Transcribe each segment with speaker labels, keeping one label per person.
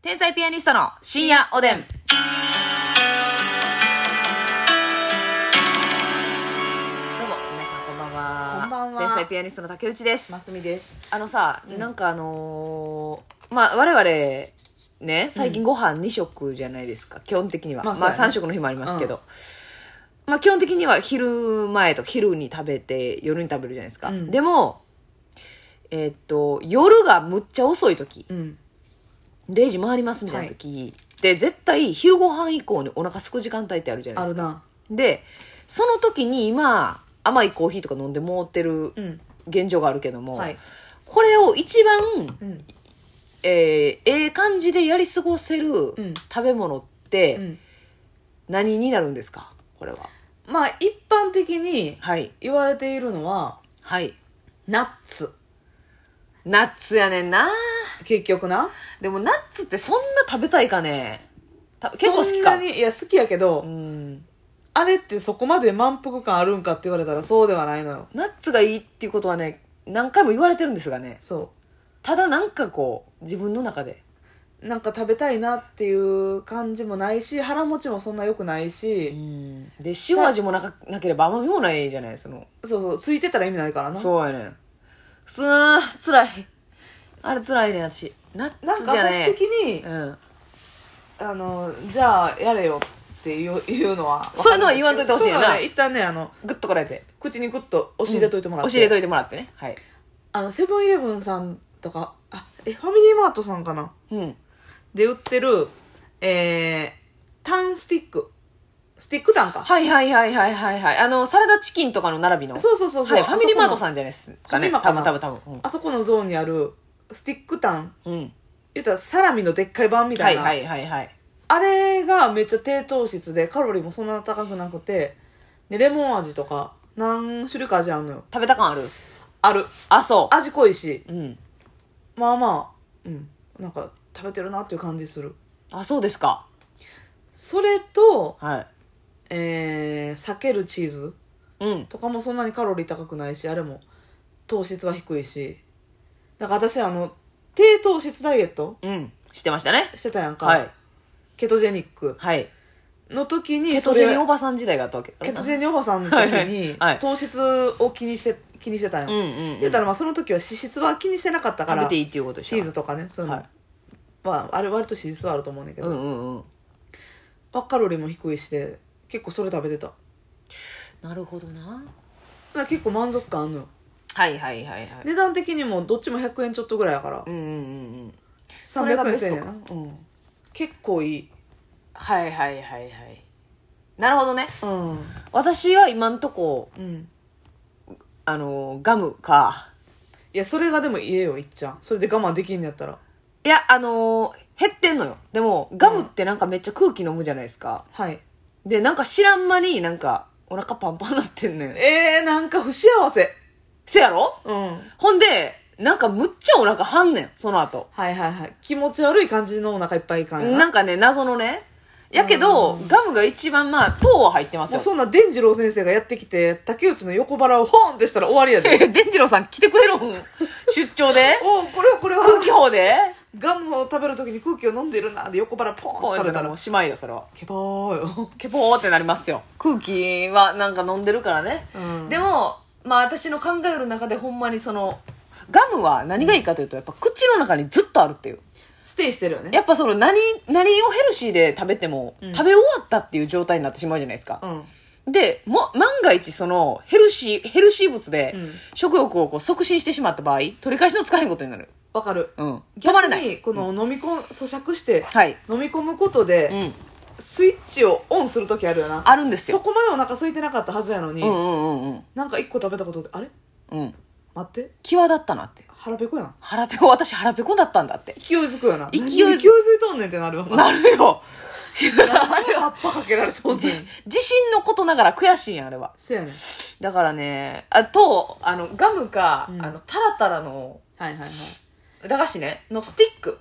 Speaker 1: 天才ピアニストの深夜おでん。どうも、皆さんこんばんは。
Speaker 2: こんばんは
Speaker 1: 天才ピアニストの竹内です。
Speaker 2: ますみです。
Speaker 1: あのさ、なんかあのーまあ、我々、ね、最近ご飯2食じゃないですか、基本的には。ま
Speaker 2: ま
Speaker 1: あ、
Speaker 2: あそうやね
Speaker 1: 3食の日もありますけど。まあ、基本的には昼前とか昼に食べて、夜に食べるじゃないですか。
Speaker 2: うん
Speaker 1: でも、えーっと、夜がむっちゃ遅い時、
Speaker 2: うん。
Speaker 1: 0時回りますみたいな時、で、絶対昼ご飯以降にお腹空く時間帯ってあるじゃない
Speaker 2: あ
Speaker 1: で
Speaker 2: る
Speaker 1: すか。
Speaker 2: な。
Speaker 1: で、その時に今、甘いコーヒーとか飲んでもうてる
Speaker 2: ん。
Speaker 1: 現状があるけども、
Speaker 2: はい。
Speaker 1: これを一番、
Speaker 2: うん。
Speaker 1: えーええ感じでやり過ごせる
Speaker 2: うん
Speaker 1: 食べ物っ
Speaker 2: う
Speaker 1: て
Speaker 2: ん。
Speaker 1: 何になるんですかこれは
Speaker 2: まあ、一般的に
Speaker 1: はい
Speaker 2: 言われているのは、
Speaker 1: はい
Speaker 2: ナッツ。
Speaker 1: ナッツやねんな
Speaker 2: 結局な。
Speaker 1: でもナッツってそんな食べたいかねた結構好き
Speaker 2: そ
Speaker 1: か
Speaker 2: んなに、いや、好きやけど、
Speaker 1: うん
Speaker 2: あれってそこまで満腹感あるんかって言われたらそうではないのよ。
Speaker 1: ナッツがいいっていうことはね何回も言われてるんですがね
Speaker 2: そ
Speaker 1: ただなんかこう自分の中で
Speaker 2: う。なんか食べたいなっていう感じもないし、腹持ちもそんな良くないうし、
Speaker 1: んで塩味もなかなければ甘みもないじゃないその
Speaker 2: そうそう、ついてたら意味ないからな。
Speaker 1: そうやねんすーつらいあれつらいねん私ナッ
Speaker 2: なん
Speaker 1: ツ
Speaker 2: か
Speaker 1: じゃね
Speaker 2: 私的に、
Speaker 1: うん
Speaker 2: あの、じゃあやれよっていういうのは。
Speaker 1: そういうのは言わんといてほしいよな
Speaker 2: そうだね一旦ね、あの、
Speaker 1: グッとこらえて
Speaker 2: 口にグッと押し入れといてもらって。
Speaker 1: 押し入れといてもらってねはい
Speaker 2: あのセブンイレブンさんとかあえファミリーマートさんかな
Speaker 1: うん
Speaker 2: で売ってるえー、タンスティックスティックタンか、
Speaker 1: はいはいはいはいはいはいあのサラダチキンとかの並びの
Speaker 2: そうそうそうそう、
Speaker 1: はいファミリーマート
Speaker 2: ん
Speaker 1: さんじゃないですかね
Speaker 2: ファ
Speaker 1: 多
Speaker 2: ミマか
Speaker 1: 分
Speaker 2: な
Speaker 1: 多分多分
Speaker 2: あそこのゾーンにあるスティックタン
Speaker 1: うん、うん
Speaker 2: 言ったらサラミのでっかい版みた
Speaker 1: はいい
Speaker 2: な、
Speaker 1: はいはいはい
Speaker 2: あれがめっちゃ低糖質でカロリーもそんな高くなくてでレモン味とか何種類か味あるのよ
Speaker 1: 食べた感ある
Speaker 2: ある
Speaker 1: あそ
Speaker 2: 味濃いし
Speaker 1: ううん
Speaker 2: まあまあうんなんか食べてるなっていう感じする
Speaker 1: あそうですか
Speaker 2: それと
Speaker 1: はい
Speaker 2: えー、避けるチーズ
Speaker 1: うん
Speaker 2: とかもそんなにカロリー高くないしあれも糖質は低いしだから私あの低糖質ダイエット
Speaker 1: うんしてましたね
Speaker 2: してたやんか、
Speaker 1: はい
Speaker 2: ケトジェニック
Speaker 1: はい
Speaker 2: の時に
Speaker 1: ケトジェニ
Speaker 2: そ
Speaker 1: お
Speaker 2: れ
Speaker 1: ばさん時代があったわけ
Speaker 2: ケトジ
Speaker 1: ェ
Speaker 2: ェニおばさんの時
Speaker 1: はい
Speaker 2: に
Speaker 1: はい
Speaker 2: 糖質を気にして気にしてたやん、
Speaker 1: うんうん、うん、
Speaker 2: 言ったらまあその時は脂質は気にしてなかったか
Speaker 1: 食べ
Speaker 2: ら
Speaker 1: ていいっていうことでし
Speaker 2: チ
Speaker 1: た
Speaker 2: ーズとかねそういうの、
Speaker 1: はい
Speaker 2: まあ、あれ割と脂質はあると思うねんだけ
Speaker 1: う
Speaker 2: ど、
Speaker 1: んうんうん
Speaker 2: まあカロリーも低いしで結構それ食べてただか
Speaker 1: なるほどな
Speaker 2: ら結構満足感あるのよ
Speaker 1: はいはいはいはい、
Speaker 2: 値段的にもどっちも100円ちょっとぐらいやから
Speaker 1: うんうんうんうんれが
Speaker 2: 300
Speaker 1: ベ
Speaker 2: 円
Speaker 1: ス
Speaker 2: せ
Speaker 1: ト
Speaker 2: え
Speaker 1: か
Speaker 2: ねんな、うん、結構いい
Speaker 1: はいはいはいはいなるほどね
Speaker 2: うん
Speaker 1: 私は今んとこ
Speaker 2: うん
Speaker 1: あのガムか
Speaker 2: いやそれがでも言えよいっちゃんそれで我慢できんのやったら
Speaker 1: いやあの減ってんのよでもガムってなんかめっちゃ空気飲むじゃないですか、
Speaker 2: はい
Speaker 1: でなんか知らん間になんかお腹パンパンなってんねん
Speaker 2: えー、なんか不幸せ
Speaker 1: せやろ
Speaker 2: うんはい
Speaker 1: ほんでなんかむっちゃお腹はんねんその後
Speaker 2: はいはい気持ち悪い感じのお腹いっぱい感やな
Speaker 1: なんかね謎のねやけど、ガムが一番まあ糖は入ってます
Speaker 2: もう
Speaker 1: よ
Speaker 2: そんな伝次郎先生がやってきて竹内の横腹をホーンってしたら終わりや で
Speaker 1: 伝次郎さん来てくれるん出張 で
Speaker 2: おおこれはこれは
Speaker 1: 空気砲で
Speaker 2: ガムを食べる時に空気を飲んでるなで横腹ポーン
Speaker 1: ポイ
Speaker 2: って
Speaker 1: ン
Speaker 2: さ
Speaker 1: ト
Speaker 2: れた
Speaker 1: も
Speaker 2: ら
Speaker 1: うしま いよそれは
Speaker 2: ケボーよ
Speaker 1: ケポーってなりますよ空気はなんか飲んでるからね、
Speaker 2: うん
Speaker 1: でもまあ私の考える中でほんまにそのガムは何がいいかというとやっぱ口の中にずっとあるっていう
Speaker 2: ステイしてるよね
Speaker 1: やっぱその何何をヘルシーで食べても、
Speaker 2: うん
Speaker 1: 食べ終わったっていう状態になってしまうじゃないですか、
Speaker 2: うん
Speaker 1: でも万が一そのヘルシーヘルシー物で
Speaker 2: うん
Speaker 1: 食欲をこう促進してしまった場合取り返しのつかへんことになる、
Speaker 2: わかる
Speaker 1: うん、止ま
Speaker 2: 逆
Speaker 1: れない
Speaker 2: にこの飲み込む咀嚼して
Speaker 1: はい、
Speaker 2: 飲み込むことで、
Speaker 1: うん、
Speaker 2: スイッチをオンする時あるよな
Speaker 1: あるんです
Speaker 2: そ
Speaker 1: よ
Speaker 2: こまでお腹空いてなかったはずやのに、
Speaker 1: うんうんうん
Speaker 2: なんか一個食べたことであれ
Speaker 1: うんうん
Speaker 2: 待って
Speaker 1: 際立ったなって
Speaker 2: 腹ペコやん
Speaker 1: 腹ペコ私腹ペコだったんだって
Speaker 2: 勢いづくよな
Speaker 1: 勢いづ
Speaker 2: 何に勢いづいとんねんってなるよな
Speaker 1: なる よ
Speaker 2: 何で葉っぱかけられとんねん
Speaker 1: 自信のことながら悔しいんやんあれは
Speaker 2: せやねん
Speaker 1: だからねあとあのガムか、
Speaker 2: うん
Speaker 1: あのタラタラの
Speaker 2: はいはい
Speaker 1: 駄菓子ねのスティック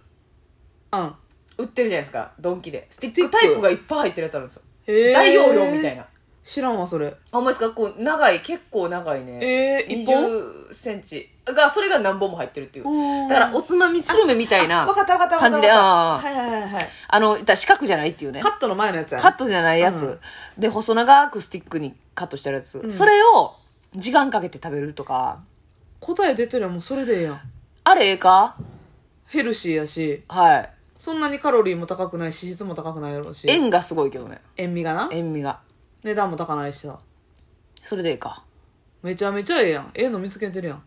Speaker 2: はいうん
Speaker 1: 売ってるじゃないですかドンキでスティッ
Speaker 2: スティ
Speaker 1: ク
Speaker 2: ック
Speaker 1: タイプがいっぱい入ってるやつあるんですよ、
Speaker 2: へー
Speaker 1: 大容量みたいな
Speaker 2: 知らんわそれ
Speaker 1: あほんまですかこう長い結構長いね
Speaker 2: えー、一本
Speaker 1: 20センチがそれが何本も入ってるっていう
Speaker 2: うん
Speaker 1: だからおつまみスルメみたいな
Speaker 2: わかったわかったわかった
Speaker 1: 感じで
Speaker 2: わかった
Speaker 1: あ
Speaker 2: はいはいはいはい。
Speaker 1: あの、言ったら四角じゃないっていうね。
Speaker 2: カットの前のやつやね
Speaker 1: カットじゃないやつ。
Speaker 2: うん
Speaker 1: で、細長くスティックにカットしてあるやつ。
Speaker 2: ん
Speaker 1: それを時間かけて食べるとか。
Speaker 2: 答え出てるやんもうそれでええやん。
Speaker 1: あれええか
Speaker 2: ヘルシーやし、
Speaker 1: はい。
Speaker 2: そんなにカロリーも高くないし、脂質も高くないやろうし。
Speaker 1: 塩がすごいけどね。
Speaker 2: 塩味がな。
Speaker 1: 塩味が。
Speaker 2: 値段も高ないしさ。
Speaker 1: それでええか。
Speaker 2: めちゃめちゃええやん。ええの見つけてるやん。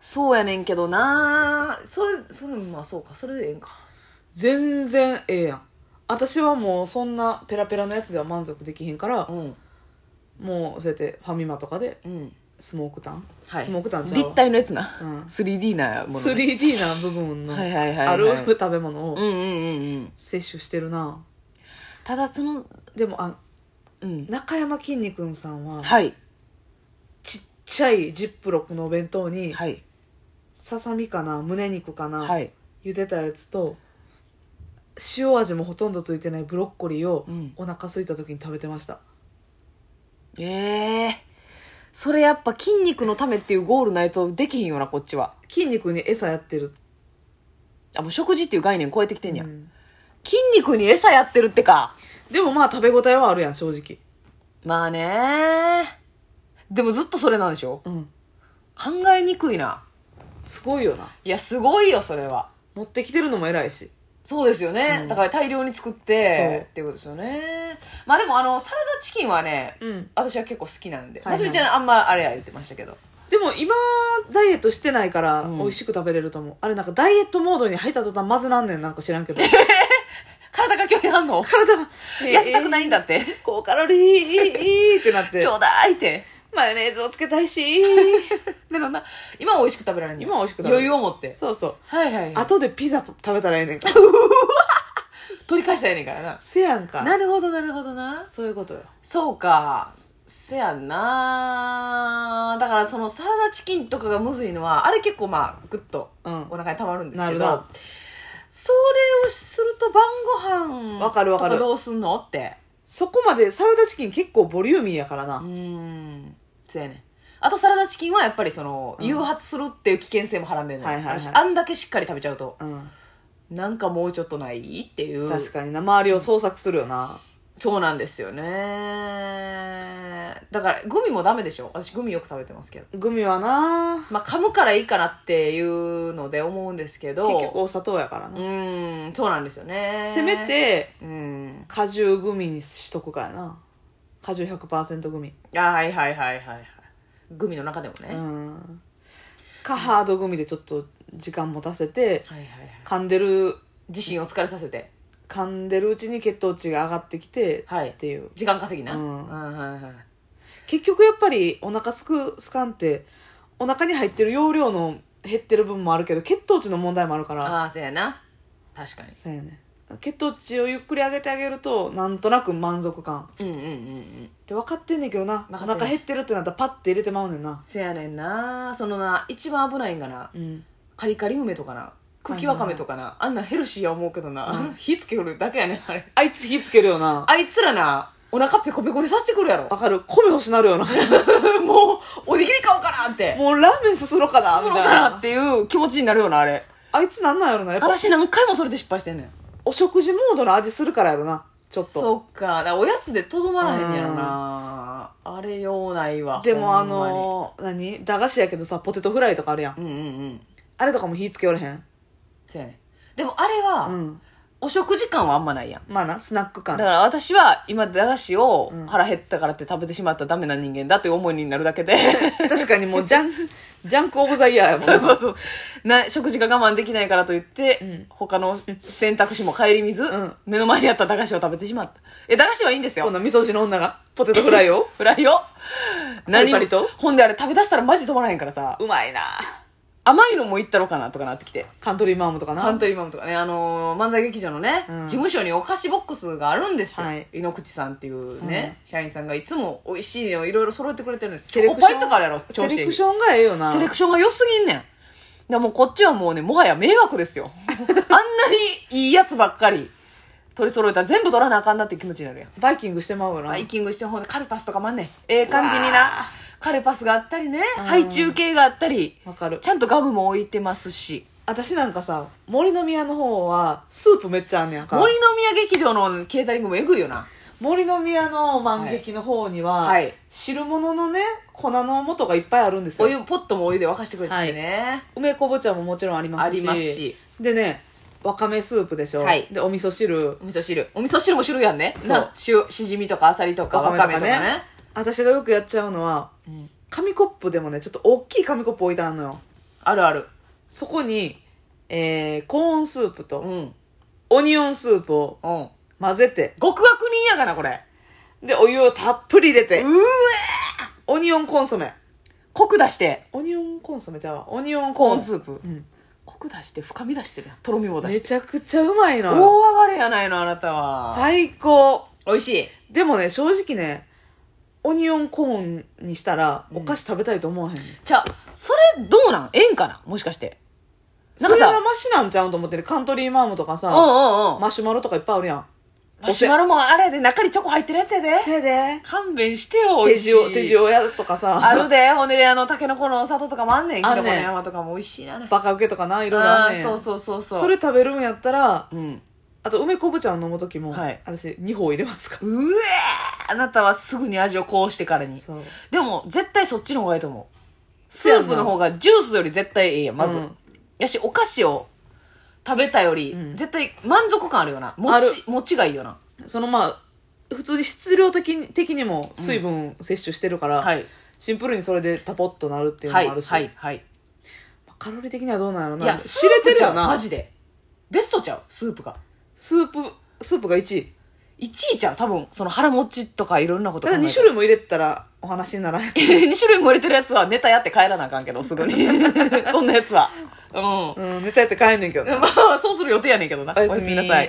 Speaker 1: そうやねんけどなそれ、それ、まあそうか。それでええんか。
Speaker 2: 全然ええやん。私はもうそんなペラペラのやつでは満足できへんから
Speaker 1: う、ん。
Speaker 2: もうそうやってファミマとかで
Speaker 1: うん。
Speaker 2: スモークタン、
Speaker 1: はい。
Speaker 2: スモークタンちゃうわ
Speaker 1: 立体のやつな。
Speaker 2: うん
Speaker 1: 3D なもの。
Speaker 2: 3D な部分の
Speaker 1: はいはいはいはい
Speaker 2: ある食べ物
Speaker 1: うん
Speaker 2: を
Speaker 1: うんうんうん。
Speaker 2: 摂取してるな
Speaker 1: ただその、
Speaker 2: でもあ
Speaker 1: うん。
Speaker 2: 中山きんに君さんは
Speaker 1: はい。
Speaker 2: ちっちゃいジップロックのお弁当に
Speaker 1: はい。
Speaker 2: ささみかな胸肉かな、
Speaker 1: はい。
Speaker 2: 茹でたやつと塩味もほとんどついてないブロッコリーを
Speaker 1: うん
Speaker 2: お腹空いた時に食べてました、
Speaker 1: ええそれやっぱ筋肉のためっていうゴールないとできひんよな、こっちは。
Speaker 2: 筋肉に餌やってる
Speaker 1: あ、もう食事っていう概念超えてきてんや。
Speaker 2: うん
Speaker 1: 筋肉に餌やってるってか。
Speaker 2: でもまあ食べ応えはあるやん正直
Speaker 1: まあねでもずっとそれなんでしょ
Speaker 2: うん
Speaker 1: 考えにくいな。
Speaker 2: すごいよない
Speaker 1: や、すごいよ、それは。
Speaker 2: 持ってきてるのも偉いし
Speaker 1: そうですよね。だから大量に作ってっ
Speaker 2: そう、
Speaker 1: ていうことですよね。まあでもあの、サラダチキンはね、
Speaker 2: うん
Speaker 1: 私は結構好きなんで。
Speaker 2: はいはい
Speaker 1: まつみちゃんあんまあれや言ってましたけど。
Speaker 2: でも今ダイエットしてないから
Speaker 1: うん
Speaker 2: 美味しく食べれると思う、あれなんかダイエットモードに入った途端まずなんねんなんか知らんけど
Speaker 1: 体が興味あんの
Speaker 2: 体が、ね
Speaker 1: 痩せたくないんだって。
Speaker 2: えー高カロリーいいいいってなって
Speaker 1: ちょうだいって。
Speaker 2: マヨネーズをつけたいし
Speaker 1: でもな、今は美味しく食べられるの
Speaker 2: 今は美味しく食べれ
Speaker 1: 余
Speaker 2: る
Speaker 1: 裕を持って。
Speaker 2: そうそう
Speaker 1: はいはい、はい。
Speaker 2: 後でピザ食べたらええねんか
Speaker 1: 取り返したいねんからな。
Speaker 2: せやんか
Speaker 1: なるほどなるほどな。
Speaker 2: そういうことよ
Speaker 1: そうか。せやんなだからそのサラダチキンとかがむずいのは、あれ結構まあ、ぐっと
Speaker 2: うん
Speaker 1: お腹に溜まるんです
Speaker 2: な
Speaker 1: け
Speaker 2: る
Speaker 1: ど、
Speaker 2: な
Speaker 1: それをすると晩ご飯
Speaker 2: わかるわかる
Speaker 1: とどうすんのって。
Speaker 2: そこまでサラダチキン結構ボリューミーやから
Speaker 1: う
Speaker 2: な、
Speaker 1: ーん。そうやねん。あとサラダチキンはやっぱりその、
Speaker 2: うん
Speaker 1: 誘発するっていう危険性もはらんでんのよ
Speaker 2: はいはいはい
Speaker 1: あのあんだけしっかり食べちゃうと。
Speaker 2: うん、
Speaker 1: なんかもうちょっとないっていう
Speaker 2: 確かにな周りを捜索するよな
Speaker 1: そうなんですよねだからグミもダメでしょ私グミよく食べてますけど
Speaker 2: グミはな
Speaker 1: まあ噛むからいいかなっていうので思うんですけど
Speaker 2: 結局お砂糖やから
Speaker 1: う
Speaker 2: な、
Speaker 1: ーんそうなんですよね
Speaker 2: せめて
Speaker 1: うん
Speaker 2: 果汁グミにしとくからな果汁100%グミ
Speaker 1: あはいはいはいはいはいグミの中でもね、
Speaker 2: う
Speaker 1: はい
Speaker 2: んかハードグミでちょっと時間持たせて
Speaker 1: はいはい
Speaker 2: 噛んでる
Speaker 1: 自身を疲れさせて
Speaker 2: 噛んでるうちに血糖値が上がってきて
Speaker 1: はい
Speaker 2: っていう
Speaker 1: 時間稼ぎな、
Speaker 2: うん
Speaker 1: はいはい
Speaker 2: 結局やっぱりお腹すくすかんってお腹に入ってる容量の減ってる分もあるけど血糖値の問題もあるから
Speaker 1: ああそうやな確か
Speaker 2: そうやね血糖値をゆっくり上げてあげるとなんとなく満足感
Speaker 1: にうんうんうんうん
Speaker 2: って分かってんねんけどなお
Speaker 1: 分かってる
Speaker 2: 腹減ってるってなったらパッて入れてまうねんな
Speaker 1: せやねんなそのな一番危ないんがな
Speaker 2: うん
Speaker 1: カリカリ梅とかな茎わかめとかなあんなヘルシーや思うけどな、
Speaker 2: うん
Speaker 1: 火つけるだけやねんあれ
Speaker 2: あいつ火つけるよな
Speaker 1: あいつらなお腹ペコペコにさしてくるやろ
Speaker 2: わかる米欲しなるよな
Speaker 1: もうおにぎり買おうかなって
Speaker 2: もうラーメンすすろうかな
Speaker 1: そ
Speaker 2: み
Speaker 1: う
Speaker 2: たい
Speaker 1: かなっ
Speaker 2: な
Speaker 1: ていう気持ちになるよなあれ
Speaker 2: あいつなんなんやろなやっぱ
Speaker 1: 私何回もそれで失敗してんねん
Speaker 2: お食事モードの味するからやろなちょっと
Speaker 1: そっかだからおやつでとどまらへんやろなあれようないわ
Speaker 2: でも
Speaker 1: ほ
Speaker 2: あ
Speaker 1: んまに
Speaker 2: のー何駄菓子やけどさポテトフライとかあるやん
Speaker 1: うんうんうん
Speaker 2: あれとかも火つけおれへん
Speaker 1: そうやねでもあれ
Speaker 2: う
Speaker 1: は
Speaker 2: ん
Speaker 1: お食事感はあんまないやん
Speaker 2: まあなスナック
Speaker 1: だ
Speaker 2: 感
Speaker 1: から私は今駄菓子を
Speaker 2: うん
Speaker 1: 腹減ったからって食べてしまったらダメな人間だという思いになるだ けで
Speaker 2: 確かにもうジ ャンジャンクオブザイヤーやもん
Speaker 1: そう
Speaker 2: な
Speaker 1: そうそう。な、食事が我慢できないからといって、
Speaker 2: うん
Speaker 1: 他の選択肢も顧みず、
Speaker 2: ん
Speaker 1: 目の前にあった駄菓子を食べてしまった。え、駄菓子はいいんです
Speaker 2: こん
Speaker 1: よ。
Speaker 2: な味噌汁の女がポテトフライを
Speaker 1: フライを。何
Speaker 2: パリと
Speaker 1: ほんであれ食べ出したらマジで止まらへんからさ、
Speaker 2: うまいな
Speaker 1: 甘いのもいったろかなとかなってきて。
Speaker 2: カントリーマームとかな
Speaker 1: カントリーマムとかね、あのー漫才劇場のね、
Speaker 2: うん
Speaker 1: 事務所にお菓子ボックスがあるんですよ。
Speaker 2: はい
Speaker 1: 井ノ口さんっていうね、社員さんがいつも美味しいのをいろいろ揃えてくれてるんです
Speaker 2: セ
Speaker 1: チ
Speaker 2: レ
Speaker 1: ョ
Speaker 2: ク
Speaker 1: コ
Speaker 2: ショ
Speaker 1: パ
Speaker 2: ン
Speaker 1: イとかあるやろ、調
Speaker 2: セ
Speaker 1: 子い
Speaker 2: レ
Speaker 1: い
Speaker 2: クションがええよな
Speaker 1: セレクションが良すぎんねん。だからもうこっちはもうね、もはや迷惑です よ。あんなにいいやつばっかり取り揃えたら全部取らなあかんなっていう気持ちになるやん。
Speaker 2: バイキングしてまうよな
Speaker 1: バイキングしてほんでカルパスとかもあんねん。ええ感じに
Speaker 2: うわ
Speaker 1: な。カルパスがあったりね、配中系があったり、
Speaker 2: わかる
Speaker 1: ちゃんとガムも置いてますし。
Speaker 2: 私なんかさ森の宮の方はスープめっちゃあんねやんか
Speaker 1: 森の宮劇場のケータリングもえぐいよな。
Speaker 2: 森の宮の万劇の方には、
Speaker 1: はいはい
Speaker 2: 汁物のね粉の素がいっぱいあるんですよ
Speaker 1: お湯、ポットもお湯で沸かしてくれててね。
Speaker 2: 梅昆布茶ももちろんありますし
Speaker 1: ありますし
Speaker 2: でねわかめスープでしょ、
Speaker 1: はい
Speaker 2: でお味噌汁
Speaker 1: お味噌汁。お味噌汁も種類やんね。
Speaker 2: そう
Speaker 1: な、塩、しじみとかあさりとかわかめとかね。
Speaker 2: 私がよくやっちゃうのは
Speaker 1: うん
Speaker 2: 紙コップでもねちょっと大きい紙コップ置いてあるのよ
Speaker 1: あるある。
Speaker 2: そこに、えーコーンスープ
Speaker 1: う
Speaker 2: と
Speaker 1: ん。
Speaker 2: オニオンスープを
Speaker 1: うん。
Speaker 2: 混ぜて
Speaker 1: 極悪人やがな、これ。
Speaker 2: でお湯をたっぷり入れて
Speaker 1: うー
Speaker 2: オニオンコンソメ
Speaker 1: コク出して、
Speaker 2: オニオンコンソメちゃうわオニオンコ
Speaker 1: コ
Speaker 2: ー
Speaker 1: ー
Speaker 2: ン
Speaker 1: ン
Speaker 2: ス
Speaker 1: ス
Speaker 2: ー
Speaker 1: ープ。
Speaker 2: プ、うん、
Speaker 1: コク出して、深み出してるやん。とろみも出
Speaker 2: め
Speaker 1: して。
Speaker 2: ちゃくちゃうまいのよ
Speaker 1: 大暴れやないの、あなたは。
Speaker 2: 最高
Speaker 1: 美味しい。
Speaker 2: でもね正直ねオニオンコーンにしたら
Speaker 1: うん
Speaker 2: お菓子食べたいと思わへん、ねん、
Speaker 1: じゃあ、それどうなんええんかなもしかして。な
Speaker 2: そ
Speaker 1: んかさ
Speaker 2: れがマシなんちゃうんと思ってるカントリーマームとか
Speaker 1: うん
Speaker 2: さ
Speaker 1: うんうん。
Speaker 2: マシュマロとかいっぱいあるやん
Speaker 1: マシュマロもあれやで、中にチョコ入ってるやつやで。
Speaker 2: せいで
Speaker 1: 勘弁してよ、美
Speaker 2: 手
Speaker 1: 味しい
Speaker 2: 塩手塩やとかさ
Speaker 1: あるで、ほんで、あの、タケノコの里とかもあんねん。キ
Speaker 2: あ
Speaker 1: ノ
Speaker 2: んね
Speaker 1: コ
Speaker 2: ん
Speaker 1: の山とかも美味しいな。
Speaker 2: バカウケとかないろいろあんね
Speaker 1: ー
Speaker 2: ん
Speaker 1: そうそうそうそう。
Speaker 2: それ、食べるんやったら
Speaker 1: うん。
Speaker 2: あと梅昆布茶を飲む時も、
Speaker 1: はい
Speaker 2: 私2本入れますか
Speaker 1: うえーあなたはすぐに味をこうしてから
Speaker 2: ら
Speaker 1: に。
Speaker 2: そう
Speaker 1: でも、絶対そっちの方がいいと思う。ス
Speaker 2: せやん
Speaker 1: ー
Speaker 2: な
Speaker 1: プの方がジュースより絶対いいやん、まず。
Speaker 2: うん
Speaker 1: やし、お菓子を食べたより、
Speaker 2: うん
Speaker 1: 絶対満足感あるよな。も
Speaker 2: ある
Speaker 1: ち、もちがいいよな。
Speaker 2: そのまあ普通に質量的に的にも水分摂取してるから、
Speaker 1: はい。
Speaker 2: シンプルにそれでタポッとなるっていう
Speaker 1: は
Speaker 2: の
Speaker 1: い。
Speaker 2: もあるし、
Speaker 1: はい。はい。
Speaker 2: まあカロリー的にはどうなんやろ
Speaker 1: い
Speaker 2: な
Speaker 1: や、
Speaker 2: 知れて
Speaker 1: スープ
Speaker 2: るよ
Speaker 1: ちゃう
Speaker 2: な
Speaker 1: マジで。ベストちゃう、スープが。
Speaker 2: スープスープが1位
Speaker 1: 1位ちゃう、多分、その腹持ちとかいろんなこと
Speaker 2: ただ2種 類も入れてたらお話にならない
Speaker 1: 2種類漏れてるやつはネタやって帰らなあかんけど、すぐに。 そんなやつは。うん。
Speaker 2: うんネタやって帰んねんけどな
Speaker 1: まあ、そうする予定やねんけどな。お
Speaker 2: お
Speaker 1: や
Speaker 2: やすみ
Speaker 1: すみなさい。